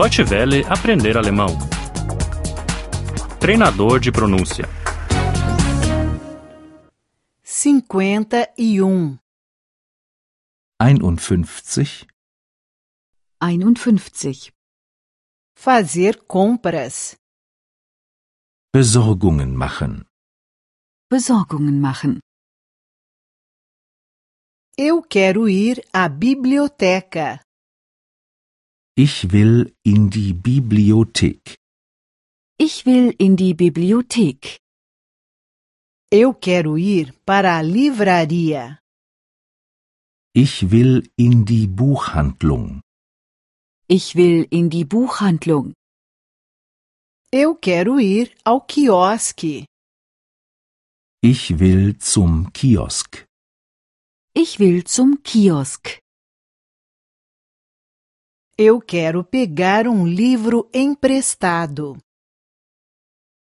Deutsche Welle aprender alemão. Treinador de pronúncia. cinquenta e um, 51 51. fazer compras, Besorgungen machen. Besorgungen machen. eu quero ir à biblioteca, Ich will in die Bibliothek. Ich will in die Bibliothek. eu quero ir para a livraria, Ich will in die Buchhandlung. Ich will in die Buchhandlung. eu quero ir ao quiosque, Ich will zum Kiosk. Ich will zum Kiosk. eu quero pegar um livro emprestado,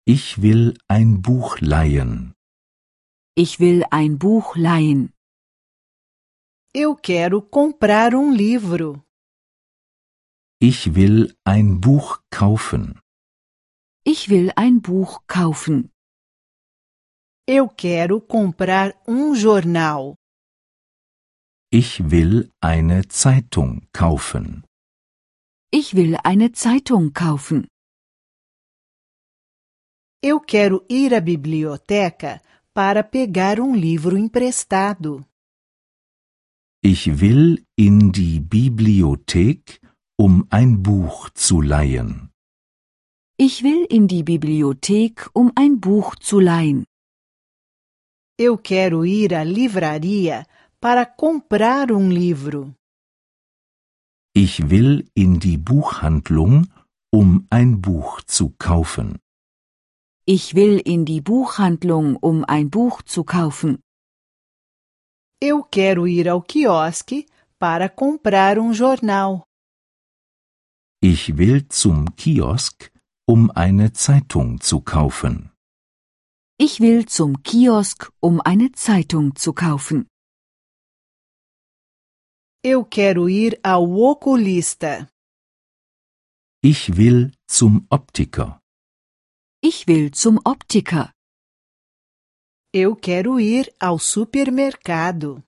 Ich will ein Buch leihen. Ich will ein Buch leihen. eu quero comprar um livro, Ich will ein Buch kaufen. Ich will ein Buch kaufen. eu quero comprar um jornal, Ich will eine Zeitung kaufen. Ich will eine Zeitung kaufen. eu quero ir à biblioteca para pegar um livro emprestado. Ich will in die Bibliothek, um ein Buch zu leihen. Ich will in die Bibliothek, um ein Buch zu leihen. Eu quero ir à livraria para comprar um livro. Ich will in die Buchhandlung, um ein Buch zu kaufen. Ich will in die Buchhandlung, um ein Buch zu kaufen. Eu quero ir ao quiosque para comprar um jornal. Ich will zum Kiosk, um eine Zeitung zu kaufen. Ich will zum Kiosk, um eine Zeitung zu kaufen. Eu quero ir ao oculista. Ich will zum Optiker. Ich will zum Optiker. Eu quero ir ao supermercado.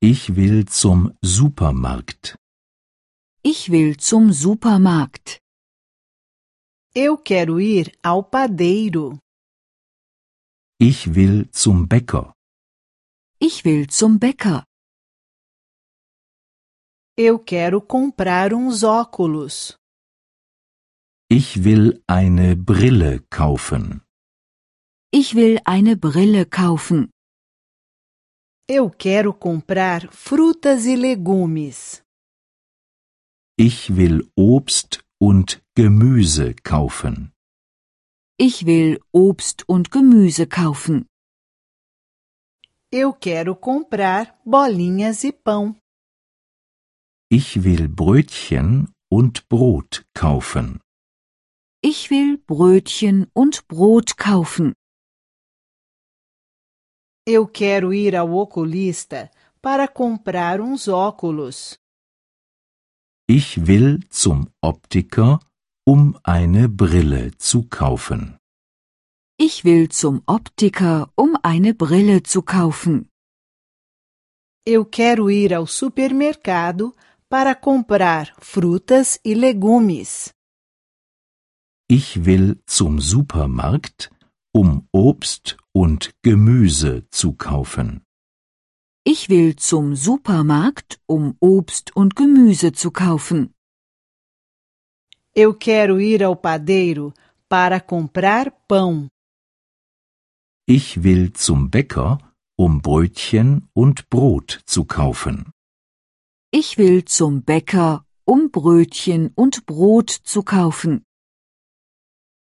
Ich will zum Supermarkt. Ich will zum Supermarkt. Eu quero ir ao padeiro. Ich will zum Bäcker. Ich will zum Bäcker. Eu quero comprar uns óculos. Ich will eine Brille kaufen. Ich will eine Brille kaufen. Eu quero comprar frutas e legumes. Ich will Obst und Gemüse kaufen. Ich will Obst und Gemüse kaufen. Eu quero comprar bolinhas e pão. Ich will Brötchen und Brot kaufen. Ich will Brötchen und Brot kaufen. Eu quero ir ao oculista para comprar uns óculos. Ich will zum Optiker, um eine Brille zu kaufen. Ich will zum Optiker, um eine Brille zu kaufen. Eu quero ir ao supermercado para comprar frutas e legumes. Ich will zum Supermarkt, um Obst und Gemüse zu kaufen. Ich will zum Supermarkt, um Obst und Gemüse zu kaufen. Eu quero ir ao padeiro para comprar pão. Ich will zum Bäcker, um Brötchen und Brot zu kaufen. Ich will zum Bäcker, um Brötchen und Brot zu kaufen.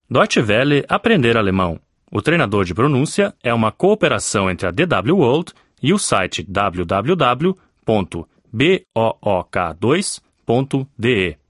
Deutsche Welle aprender alemão. O treinador de pronúncia é uma cooperação entre a DW World e o site www.book2.de.